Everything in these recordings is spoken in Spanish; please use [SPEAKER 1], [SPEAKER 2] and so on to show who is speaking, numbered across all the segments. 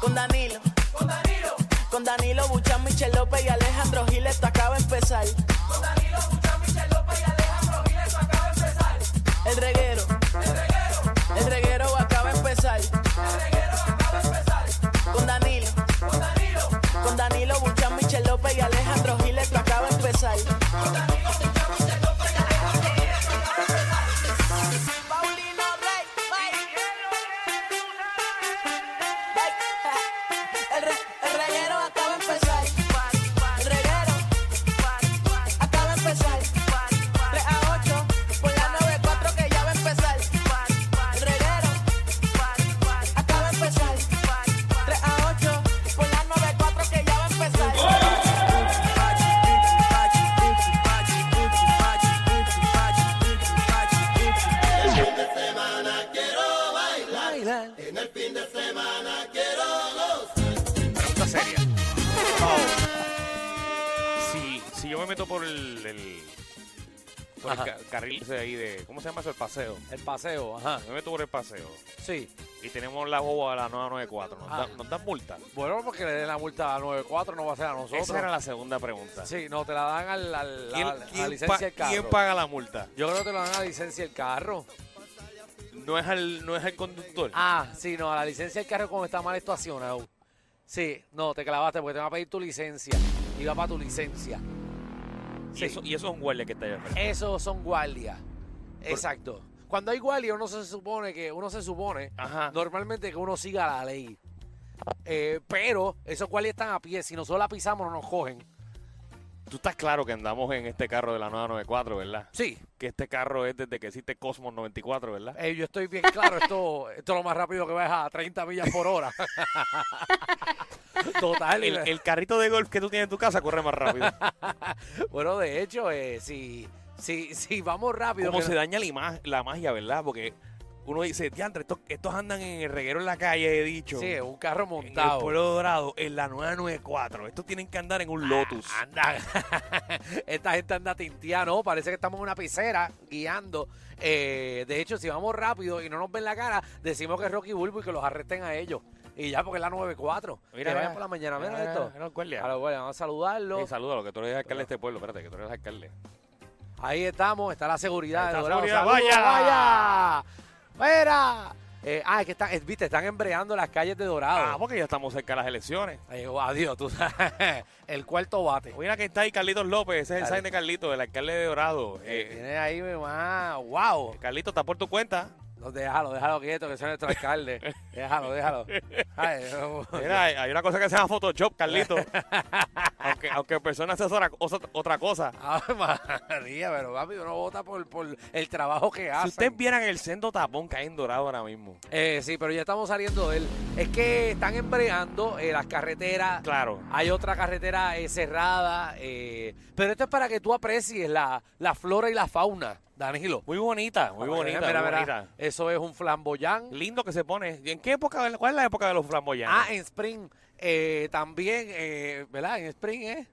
[SPEAKER 1] Con Danilo. Con Danilo. Con Danilo Buchan, Michel López y Alejandro Gil, esto acaba de empezar. Con Danilo Buchan, Michel López y Alejandro Gil, esto acaba de empezar. El reguero. El reguero. El reguero acaba de empezar. El reguero acaba de empezar. Con Danilo. Con Danilo. Con Danilo Buchan, Michel López y Alejandro Gil, esto acaba de empezar. Con Danilo Buchan, Michel López y Alejandro Gil, esto acaba de empezar. Paulino Rey. El, re- el reguero acaba de empezar. El reguero acaba de empezar. 3 a 8 por la 94 que ya va a empezar. El reguero acaba de empezar. 3 a 8 por la 94 que ya va a empezar.
[SPEAKER 2] Pregunta seria. Oh. Si, si yo me meto por el, el- por el
[SPEAKER 3] Ajá.
[SPEAKER 2] ca- carril ese ahí de. ¿Cómo se llama eso? El paseo.
[SPEAKER 3] El paseo, ajá.
[SPEAKER 2] Me meto por el paseo.
[SPEAKER 3] Sí.
[SPEAKER 2] Y tenemos la boba de la 994. Nos,
[SPEAKER 3] Ah.
[SPEAKER 2] da- nos dan multa.
[SPEAKER 3] Bueno, porque le den la multa a 94 no va a ser a nosotros.
[SPEAKER 2] Esa era la segunda pregunta.
[SPEAKER 3] Sí, no, te la dan al, al-
[SPEAKER 2] ¿Quién,
[SPEAKER 3] a la
[SPEAKER 2] quién
[SPEAKER 3] licencia
[SPEAKER 2] pa-
[SPEAKER 3] del carro.
[SPEAKER 2] quién paga la multa?
[SPEAKER 3] Yo creo que te la dan a la licencia del carro.
[SPEAKER 2] No es al, no es al conductor.
[SPEAKER 3] Ah, sí, no, a la licencia del carro como está mal estacionado. Sí, no, te clavaste porque te van a pedir tu licencia. Y va para tu licencia.
[SPEAKER 2] Y, eso, y eso es un guardia que está allá. al frente.
[SPEAKER 3] Esos son guardias. Exacto. Cuando hay guardias, uno se supone que, uno se supone
[SPEAKER 2] Ajá.
[SPEAKER 3] normalmente que uno siga la ley. Eh, pero esos guardias están a pie. Si nosotros la pisamos, no nos cogen.
[SPEAKER 2] Tú estás claro que andamos en este carro de la 994, ¿verdad?
[SPEAKER 3] Sí,
[SPEAKER 2] Que este carro es desde que existe Cosmos 94, ¿verdad?
[SPEAKER 3] eh, yo estoy bien claro. Esto, esto es lo más rápido que vas a 30 millas por hora. Total.
[SPEAKER 2] El, el carrito de golf que tú tienes en tu casa corre más rápido.
[SPEAKER 3] Bueno, de hecho, eh, si, si, si vamos rápido.
[SPEAKER 2] Cómo
[SPEAKER 3] que-
[SPEAKER 2] se daña la, ima- la magia, ¿verdad? Porque uno dice, diantre, estos, estos andan en el reguero en la calle, he dicho.
[SPEAKER 3] Sí, es un carro
[SPEAKER 2] en el
[SPEAKER 3] montado.
[SPEAKER 2] Pueblo Dorado, en la 994. Estos tienen que andar en
[SPEAKER 3] Ah,
[SPEAKER 2] un Lotus.
[SPEAKER 3] Anda. Esta gente anda tintia, ¿no? Parece que estamos en una pecera guiando. Eh, de hecho, si vamos rápido y no nos ven la cara, decimos que es Rocky Bulbo y que los arresten a ellos. Y ya, porque es la 94. que vayan por la mañana. Mira esto.
[SPEAKER 2] Ah, No, guardia.
[SPEAKER 3] A los guardias, vamos a saludarlos.
[SPEAKER 2] Sí, salúdalo, que tú eres alcalde de este pueblo. Espérate, que tú eres alcalde.
[SPEAKER 3] Ahí estamos, está la seguridad.
[SPEAKER 2] Ahí está
[SPEAKER 3] de
[SPEAKER 2] la
[SPEAKER 3] Dorado.
[SPEAKER 2] seguridad,
[SPEAKER 3] Saludos,
[SPEAKER 2] vaya.
[SPEAKER 3] ¡Vaya! ¡Vera! Eh, ah, es que están, es- viste, están embreando las calles de
[SPEAKER 2] Ah,
[SPEAKER 3] Dorado.
[SPEAKER 2] porque ya estamos cerca de las elecciones.
[SPEAKER 3] Eh, oh, adiós, tú sabes. El cuarto bate.
[SPEAKER 2] Mira que está ahí Carlitos López, ese es el
[SPEAKER 3] Claro.
[SPEAKER 2] sign de Carlitos, el alcalde de Dorado.
[SPEAKER 3] Eh,
[SPEAKER 2] Eh,
[SPEAKER 3] tiene ahí, mi mamá. ¡Wow!
[SPEAKER 2] Carlitos, está por tu cuenta.
[SPEAKER 3] No, déjalo, déjalo quieto, que sea nuestro alcalde. Déjalo, déjalo. Ay, no.
[SPEAKER 2] Mira, hay- hay una cosa que se llama Photoshop, Carlitos. aunque, aunque personas se otra, otra cosa.
[SPEAKER 3] Ay, María, pero papi, uno vota por, por el trabajo que hace.
[SPEAKER 2] Si ustedes vieran el sendo tapón que hay en Dorado ahora mismo.
[SPEAKER 3] Eh, sí, pero ya estamos saliendo de él. Es que están embreando eh, las carreteras.
[SPEAKER 2] Claro.
[SPEAKER 3] Hay otra carretera eh, cerrada. eh, pero esto es para que tú aprecies la, la flora y la fauna, Danilo.
[SPEAKER 2] Muy bonita, muy bonita,
[SPEAKER 3] Mira,
[SPEAKER 2] muy
[SPEAKER 3] mira,
[SPEAKER 2] bonita.
[SPEAKER 3] Eso es un flamboyán.
[SPEAKER 2] Lindo que se pone. ¿Y ¿En qué época? ¿Cuál es la época de los flamboyanos?
[SPEAKER 3] Ah, en Spring eh, también, eh, ¿verdad? En Spring, ¿eh?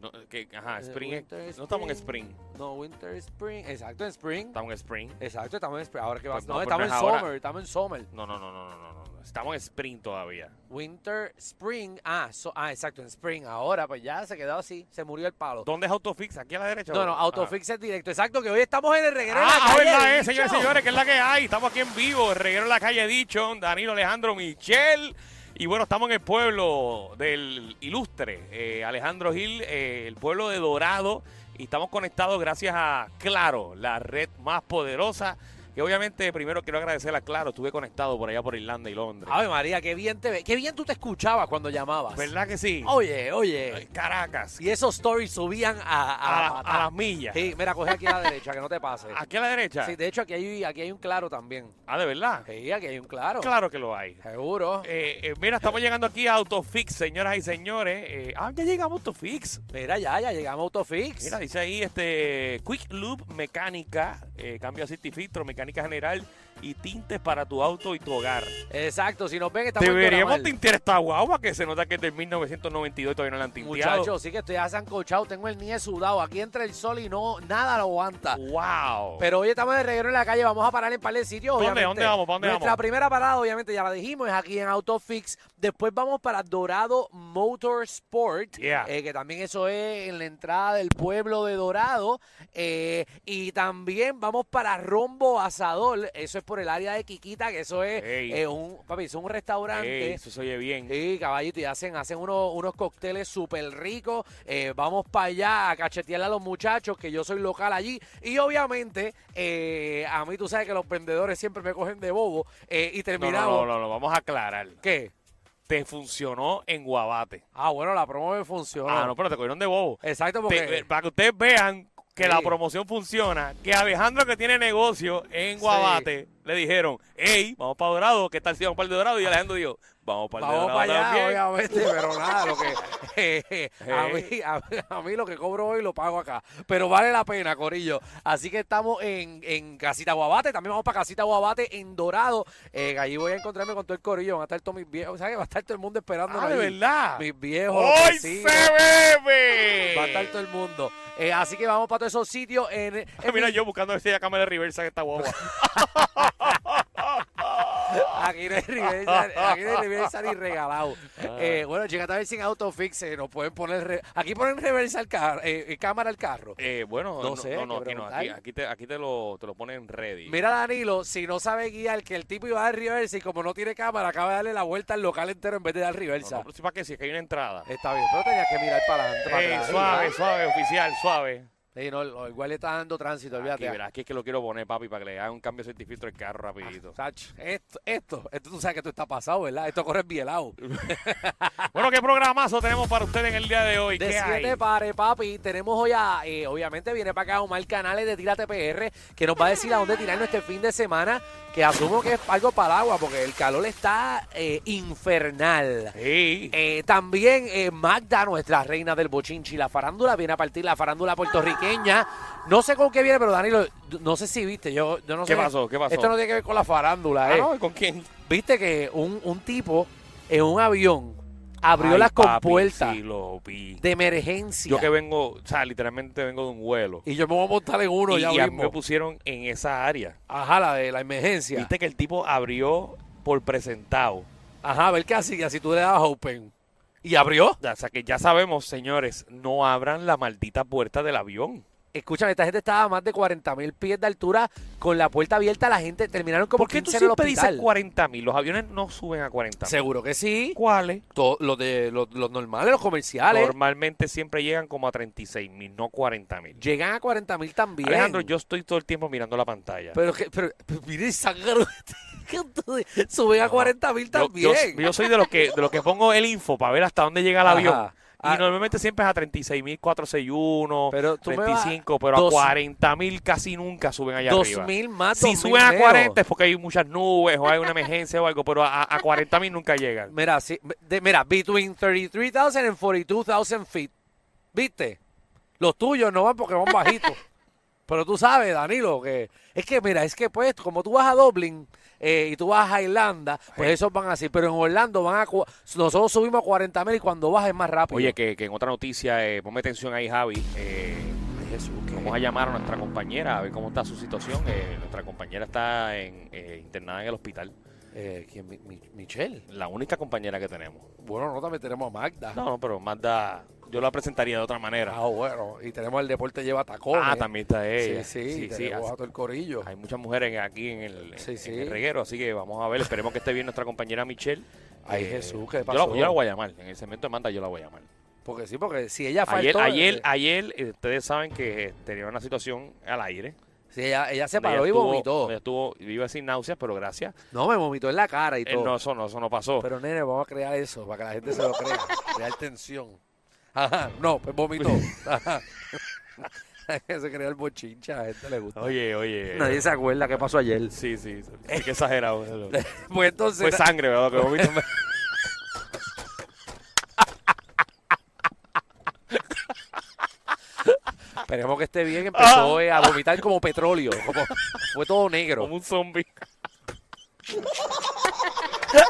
[SPEAKER 2] No, que- ajá,
[SPEAKER 3] Eh,
[SPEAKER 2] spring. es-
[SPEAKER 3] winter,
[SPEAKER 2] No estamos en
[SPEAKER 3] spring.
[SPEAKER 2] spring.
[SPEAKER 3] No, Winter Spring. Exacto, en Spring.
[SPEAKER 2] Estamos en spring.
[SPEAKER 3] Exacto, estamos en Spring. Ahora que
[SPEAKER 2] Pues
[SPEAKER 3] vas.
[SPEAKER 2] no,
[SPEAKER 3] No,
[SPEAKER 2] pues
[SPEAKER 3] estamos en
[SPEAKER 2] no es ahora.
[SPEAKER 3] Summer, estamos en Summer.
[SPEAKER 2] No, no, no, no, no, no, no. Estamos en spring todavía.
[SPEAKER 3] Winter Spring. Ah, so- ah, exacto, en Spring. Ahora, pues ya se quedó así. Se murió el palo.
[SPEAKER 2] ¿Dónde es Autofix? ¿Aquí a la derecha?
[SPEAKER 3] No, no,
[SPEAKER 2] Ah.
[SPEAKER 3] Autofix es directo. Exacto, que hoy estamos en el regreso.
[SPEAKER 2] Ah,
[SPEAKER 3] de la
[SPEAKER 2] verdad
[SPEAKER 3] calle,
[SPEAKER 2] es, señores,
[SPEAKER 3] bicho.
[SPEAKER 2] señores, que es la que hay. Estamos aquí en vivo, el reguero en la calle Dichon, Danilo Alejandro Michel. Y bueno, estamos en el pueblo del ilustre eh, Alejandro Gil, eh, el pueblo de Dorado. Y estamos conectados gracias a Claro, la red más poderosa. Y obviamente primero quiero agradecer a Claro, estuve conectado por allá por Irlanda y Londres.
[SPEAKER 3] Ave María, qué bien te ve. Qué bien tú te escuchabas cuando llamabas.
[SPEAKER 2] ¿Verdad que sí?
[SPEAKER 3] Oye,
[SPEAKER 2] Ay,
[SPEAKER 3] oye.
[SPEAKER 2] Caracas,
[SPEAKER 3] Y esos stories subían a,
[SPEAKER 2] a,
[SPEAKER 3] a,
[SPEAKER 2] la-
[SPEAKER 3] la Ah,
[SPEAKER 2] a
[SPEAKER 3] patada.
[SPEAKER 2] las millas.
[SPEAKER 3] Sí, mira, coge aquí a la derecha, que no te pases.
[SPEAKER 2] Aquí a la derecha.
[SPEAKER 3] Sí, de hecho, aquí hay, aquí hay un claro también.
[SPEAKER 2] Ah, de verdad.
[SPEAKER 3] Sí, aquí hay un claro.
[SPEAKER 2] Claro que lo hay.
[SPEAKER 3] Seguro.
[SPEAKER 2] Eh, eh, mira, estamos llegando aquí a Autofix, señoras y señores. Eh, ah, ya llegamos a Autofix.
[SPEAKER 3] Mira, ya, ya llegamos a Autofix.
[SPEAKER 2] Mira, dice ahí este Quick Loop Mecánica, eh, cambio de aceite y filtro, mecánica general y tintes para tu auto y tu hogar.
[SPEAKER 3] Exacto, si nos ven, estamos en
[SPEAKER 2] Deberíamos
[SPEAKER 3] Doramal.
[SPEAKER 2] tintear esta guagua que se nota que es de 1992 y todavía no la han tinteado.
[SPEAKER 3] Muchachos, sí que estoy ya sancochado, tengo el nie sudado, aquí entra el sol y no, nada lo aguanta.
[SPEAKER 2] ¡Wow!
[SPEAKER 3] Pero hoy estamos de regreso en la calle, vamos a parar en par de sitios.
[SPEAKER 2] ¿Dónde?
[SPEAKER 3] obviamente.
[SPEAKER 2] ¿Dónde vamos? ¿Para dónde
[SPEAKER 3] Nuestra
[SPEAKER 2] vamos?
[SPEAKER 3] primera parada, obviamente, ya la dijimos, es aquí en Autofix. Después vamos para Dorado Motorsport,
[SPEAKER 2] Yeah.
[SPEAKER 3] eh, que también eso es en la entrada del pueblo de Dorado. Eh, y también vamos para Rombo Asador, eso es por el área de Quiquita, que eso es
[SPEAKER 2] Ey.
[SPEAKER 3] eh, un, papi, eso es un restaurante.
[SPEAKER 2] Ey, eso se oye bien.
[SPEAKER 3] Sí, caballito, y hacen, hacen unos, unos cócteles súper ricos. Eh, vamos para allá a cachetearle a los muchachos, que yo soy local allí. Y obviamente, eh, a mí tú sabes que los vendedores siempre me cogen de bobo. eh, y
[SPEAKER 2] No, no,
[SPEAKER 3] terminamos.
[SPEAKER 2] no, no, no, vamos a aclarar.
[SPEAKER 3] ¿Qué?
[SPEAKER 2] Te funcionó en Guabate.
[SPEAKER 3] Ah, bueno, la promo me funciona.
[SPEAKER 2] Ah, no, pero te cogieron de bobo.
[SPEAKER 3] Exacto,
[SPEAKER 2] Te-
[SPEAKER 3] porque.
[SPEAKER 2] eh, para que ustedes vean que
[SPEAKER 3] Sí.
[SPEAKER 2] la promoción funciona, que Alejandro que tiene negocio en
[SPEAKER 3] Sí.
[SPEAKER 2] Guabate le dijeron, hey, vamos para Dorado, ¿qué tal si vamos para el de Dorado? Y Alejandro dijo, vamos para el de
[SPEAKER 3] Vamos
[SPEAKER 2] Dorado
[SPEAKER 3] para allá,
[SPEAKER 2] también". Ah,
[SPEAKER 3] obviamente, pero nada, lo que eh, eh, a, mí, a, a mí lo que cobro hoy lo pago acá. Pero vale la pena, Corillo. Así que estamos en, en Casita Guabate, también vamos para Casita Guabate en Dorado. Eh, allí voy a encontrarme con todo el Corillo, van a estar todos mis viejos, ¿sabes? Va a estar todo el mundo esperando.
[SPEAKER 2] Ah, de verdad.
[SPEAKER 3] Mis viejos. los
[SPEAKER 2] ¡Hoy se
[SPEAKER 3] vecinos,
[SPEAKER 2] bebe!
[SPEAKER 3] Va a estar todo el mundo. Eh, así que vamos para todos esos sitios en, en
[SPEAKER 2] Ah, Mira, yo buscando a ver si hay cámara de reversa que está guagua.
[SPEAKER 3] Aquí no hay reversa, aquí no hay reversa ni regalado. Eh, bueno, llega a ver sin autofix, eh, nos pueden poner. re- aquí ponen reversa al carro, eh, cámara al carro.
[SPEAKER 2] Eh, bueno,
[SPEAKER 3] No
[SPEAKER 2] no,
[SPEAKER 3] sé,
[SPEAKER 2] no, no,
[SPEAKER 3] hay que
[SPEAKER 2] aquí, no, aquí,
[SPEAKER 3] preguntar.
[SPEAKER 2] aquí te, aquí te lo, te lo ponen ready.
[SPEAKER 3] Mira, Danilo, si no sabe guiar, que el tipo iba a dar reversa y como no tiene cámara, acaba de darle la vuelta al local entero en vez de dar
[SPEAKER 2] No,
[SPEAKER 3] reversa.
[SPEAKER 2] no, pero sí, ¿para qué? Si es que hay una entrada.
[SPEAKER 3] Está bien, pero tenía que mirar para adelante. Eh, para
[SPEAKER 2] Ey,
[SPEAKER 3] atrás,
[SPEAKER 2] Eh, suave,
[SPEAKER 3] ¿verdad?
[SPEAKER 2] suave, oficial, suave.
[SPEAKER 3] Sí, no, lo- igual le está dando tránsito,
[SPEAKER 2] Aquí,
[SPEAKER 3] olvídate.
[SPEAKER 2] verás, aquí es que lo quiero poner, papi, para que le haga un cambio de certificado al carro rapidito.
[SPEAKER 3] Ah, Sach, esto, esto, esto tú sabes que tú estás pasado, ¿verdad? Esto corre bielado.
[SPEAKER 2] bueno, ¿qué programazo tenemos para usted en el día de hoy?
[SPEAKER 3] De
[SPEAKER 2] ¿Qué hay?
[SPEAKER 3] siete pares, papi. Tenemos hoy a, eh, obviamente viene para acá Omar Canales de Tírate PR, que nos va a decir a dónde tirarnos este fin de semana, que asumo que es algo para el agua, porque el calor está eh, infernal.
[SPEAKER 2] Sí.
[SPEAKER 3] Eh, también eh, Magda, nuestra reina del bochinchi, la farándula, viene a partir la farándula puertorriqueña. No sé con qué viene, pero Danilo, no sé si viste, yo, yo no sé.
[SPEAKER 2] ¿Qué pasó? ¿Qué pasó?
[SPEAKER 3] Esto no tiene que ver con la farándula,
[SPEAKER 2] Ah,
[SPEAKER 3] ¿eh?
[SPEAKER 2] no, ¿y ¿Con quién?
[SPEAKER 3] Viste que un, un tipo en un avión abrió
[SPEAKER 2] Ay,
[SPEAKER 3] las
[SPEAKER 2] papi,
[SPEAKER 3] compuertas
[SPEAKER 2] Sí, lo vi.
[SPEAKER 3] de emergencia.
[SPEAKER 2] Yo que vengo, o sea, literalmente vengo de un vuelo.
[SPEAKER 3] Y yo me voy a montar en uno
[SPEAKER 2] y
[SPEAKER 3] ya
[SPEAKER 2] y a mí me
[SPEAKER 3] mismo.
[SPEAKER 2] pusieron en esa área.
[SPEAKER 3] Ajá, la de la emergencia.
[SPEAKER 2] Viste que el tipo abrió por presentado.
[SPEAKER 3] Ajá, a ver qué hacía si tú le dabas open. ¿Y abrió?
[SPEAKER 2] O sea, que ya sabemos, señores, no abran la maldita puerta del avión.
[SPEAKER 3] Escúchame, esta gente estaba a más de 40 mil pies de altura con la puerta abierta. La gente terminaron como
[SPEAKER 2] ¿Por qué tú
[SPEAKER 3] 15 en el
[SPEAKER 2] siempre dices
[SPEAKER 3] hospital.
[SPEAKER 2] 40 mil? Los aviones no suben a 40 mil.
[SPEAKER 3] Seguro que sí.
[SPEAKER 2] ¿Cuáles?
[SPEAKER 3] To- los, de, los, los normales, los comerciales,
[SPEAKER 2] Normalmente siempre llegan como a 36 mil, no 40 mil.
[SPEAKER 3] llegan a 40 mil también.
[SPEAKER 2] Alejandro, yo estoy todo el tiempo mirando la pantalla.
[SPEAKER 3] Pero, que, pero, pero mire, sangró. Suben a
[SPEAKER 2] No,
[SPEAKER 3] 40 mil
[SPEAKER 2] Yo-
[SPEAKER 3] también.
[SPEAKER 2] Yo, yo soy de los que de los que pongo el info para ver hasta dónde llega el
[SPEAKER 3] Ajá.
[SPEAKER 2] avión.
[SPEAKER 3] Ah.
[SPEAKER 2] Y normalmente siempre es a 36.461,
[SPEAKER 3] Pero tú me vas
[SPEAKER 2] 35, pero
[SPEAKER 3] dos-
[SPEAKER 2] a 40.000 casi nunca suben allá
[SPEAKER 3] Dos
[SPEAKER 2] arriba.
[SPEAKER 3] mil más,
[SPEAKER 2] si
[SPEAKER 3] dos mil
[SPEAKER 2] suben a
[SPEAKER 3] menos.
[SPEAKER 2] 40 es porque hay muchas nubes o hay una emergencia o algo, pero a, a 40.000 nunca llegan.
[SPEAKER 3] Mira, sí, de- mira, between 33,000 and 42,000 feet. ¿Viste? Los tuyos no van porque van bajitos. Pero tú sabes, Danilo, que es que, mira, es que pues, como tú vas a Dublín eh, y tú vas a Irlanda, pues esos van así. Pero en Orlando van a. cua- Nosotros subimos a 40 mil y cuando bajas es más rápido.
[SPEAKER 2] Oye, que, que en otra noticia, eh, ponme atención ahí, Javi. eh,
[SPEAKER 3] Jesús, ¿qué?
[SPEAKER 2] vamos a llamar a nuestra compañera a ver cómo está su situación. Eh, nuestra compañera está en, eh, internada en el hospital.
[SPEAKER 3] Eh, ¿quién? Mi- mi- Michelle.
[SPEAKER 2] La única compañera que tenemos.
[SPEAKER 3] Bueno, no también tenemos a Magda.
[SPEAKER 2] No, no, pero Magda, yo la presentaría de otra manera.
[SPEAKER 3] Ah, bueno. Y tenemos el deporte lleva tacones.
[SPEAKER 2] Ah, también está ella.
[SPEAKER 3] Sí, sí,
[SPEAKER 2] sí.
[SPEAKER 3] tenemos
[SPEAKER 2] así-
[SPEAKER 3] a todo el corillo.
[SPEAKER 2] Hay muchas mujeres aquí en el,
[SPEAKER 3] Sí,
[SPEAKER 2] en
[SPEAKER 3] sí.
[SPEAKER 2] el reguero, así que vamos a ver. Esperemos que esté bien nuestra compañera Michelle. Eh,
[SPEAKER 3] Ay, Jesús, ¿qué
[SPEAKER 2] yo la-
[SPEAKER 3] pasó?
[SPEAKER 2] Yo la, voy a llamar. En el segmento de Manda yo la voy a llamar.
[SPEAKER 3] Porque sí, porque si ella faltó.
[SPEAKER 2] Ayer, ayer,
[SPEAKER 3] eh,
[SPEAKER 2] ayer, eh, ustedes saben que eh, tenía una situación al aire.
[SPEAKER 3] Sí, ella, ella se
[SPEAKER 2] Ella
[SPEAKER 3] paró y
[SPEAKER 2] estuvo-
[SPEAKER 3] vomitó.
[SPEAKER 2] Ella estuvo, iba sin náuseas, pero gracias.
[SPEAKER 3] No, me vomitó en la cara y
[SPEAKER 2] Eh,
[SPEAKER 3] todo.
[SPEAKER 2] no, eso no, eso no pasó.
[SPEAKER 3] Pero nene, vamos a crear eso para que la gente se lo crea. crear tensión. Ajá, no, pues vomitó. Ajá. se crea el bochincha, a la gente le gusta.
[SPEAKER 2] Oye, oye.
[SPEAKER 3] Nadie se acuerda qué pasó ayer.
[SPEAKER 2] Sí, sí. sí, Qué exagerado.
[SPEAKER 3] Pues entonces.
[SPEAKER 2] Fue sangre, ¿verdad? Que vomito.
[SPEAKER 3] ah. Esperemos que esté bien. Empezó eh, a vomitar Ah. como petróleo. como- fue todo negro.
[SPEAKER 2] como un zombie.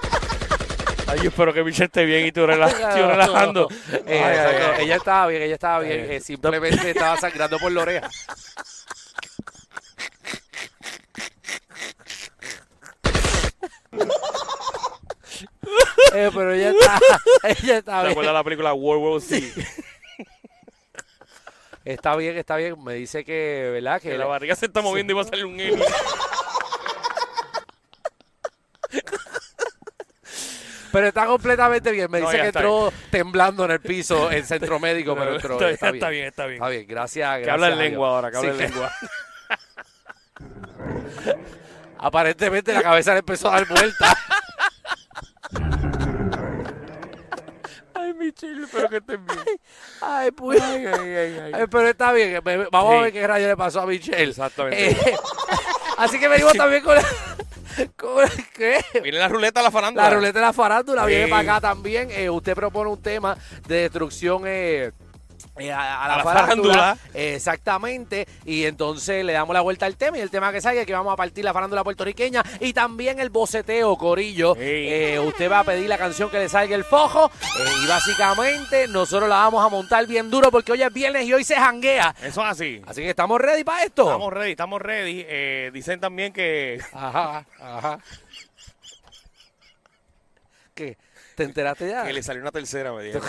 [SPEAKER 2] Ay, yo espero que Michelle esté bien y tú, rela- tú relajando.
[SPEAKER 3] Eh,
[SPEAKER 2] Ay, ay,
[SPEAKER 3] exacto.
[SPEAKER 2] ay.
[SPEAKER 3] Ella estaba bien, ella estaba bien.
[SPEAKER 2] Eh,
[SPEAKER 3] eh, simplemente estaba sangrando por la oreja. Eh, pero ella está, ella está
[SPEAKER 2] ¿Te
[SPEAKER 3] bien.
[SPEAKER 2] acuerdas de la película World War Z?
[SPEAKER 3] Está bien, está bien. Me dice que, ¿verdad? Que
[SPEAKER 2] Que la barriga se está moviendo y va a salir un alien.
[SPEAKER 3] Pero está completamente bien. Me
[SPEAKER 2] No,
[SPEAKER 3] dice
[SPEAKER 2] ya
[SPEAKER 3] que
[SPEAKER 2] está
[SPEAKER 3] entró temblando en el piso, en centro médico, pero entró.
[SPEAKER 2] Está, está bien, está bien.
[SPEAKER 3] Está bien, gracias.
[SPEAKER 2] Que
[SPEAKER 3] gracias
[SPEAKER 2] habla en
[SPEAKER 3] a Dios.
[SPEAKER 2] lengua ahora, que
[SPEAKER 3] Sí,
[SPEAKER 2] habla en lengua.
[SPEAKER 3] Aparentemente la cabeza le empezó a dar vuelta.
[SPEAKER 2] Ay, Michelle, espero que estés bien.
[SPEAKER 3] Ay, pues. Ay, pero está bien. me- me- Vamos a
[SPEAKER 2] Sí.
[SPEAKER 3] ver qué rayo le pasó a Michelle.
[SPEAKER 2] Exactamente.
[SPEAKER 3] Eh, así que venimos también con la. Con la- ¿qué?
[SPEAKER 2] Viene la ruleta a la
[SPEAKER 3] La
[SPEAKER 2] farándula.
[SPEAKER 3] ruleta de la farándula viene
[SPEAKER 2] Sí.
[SPEAKER 3] para acá también. Eh, usted propone un tema de destrucción. eh, eh, a, a la
[SPEAKER 2] A la
[SPEAKER 3] farándula,
[SPEAKER 2] farándula.
[SPEAKER 3] Eh, exactamente, y entonces le damos la vuelta al tema y el tema que salga es que vamos a partir la farándula puertorriqueña y también el boceteo, Corillo.
[SPEAKER 2] Sí.
[SPEAKER 3] Eh, usted va a pedir la canción que le salga el fojo eh, y básicamente nosotros la vamos a montar bien duro porque hoy es viernes y hoy se janguea.
[SPEAKER 2] Eso es así.
[SPEAKER 3] Así que estamos ready para esto.
[SPEAKER 2] Estamos ready, estamos ready. Eh, dicen también que.
[SPEAKER 3] Ajá, ajá. ¿Qué? ¿Te enteraste ya?
[SPEAKER 2] que le salió una tercera, me dijeron.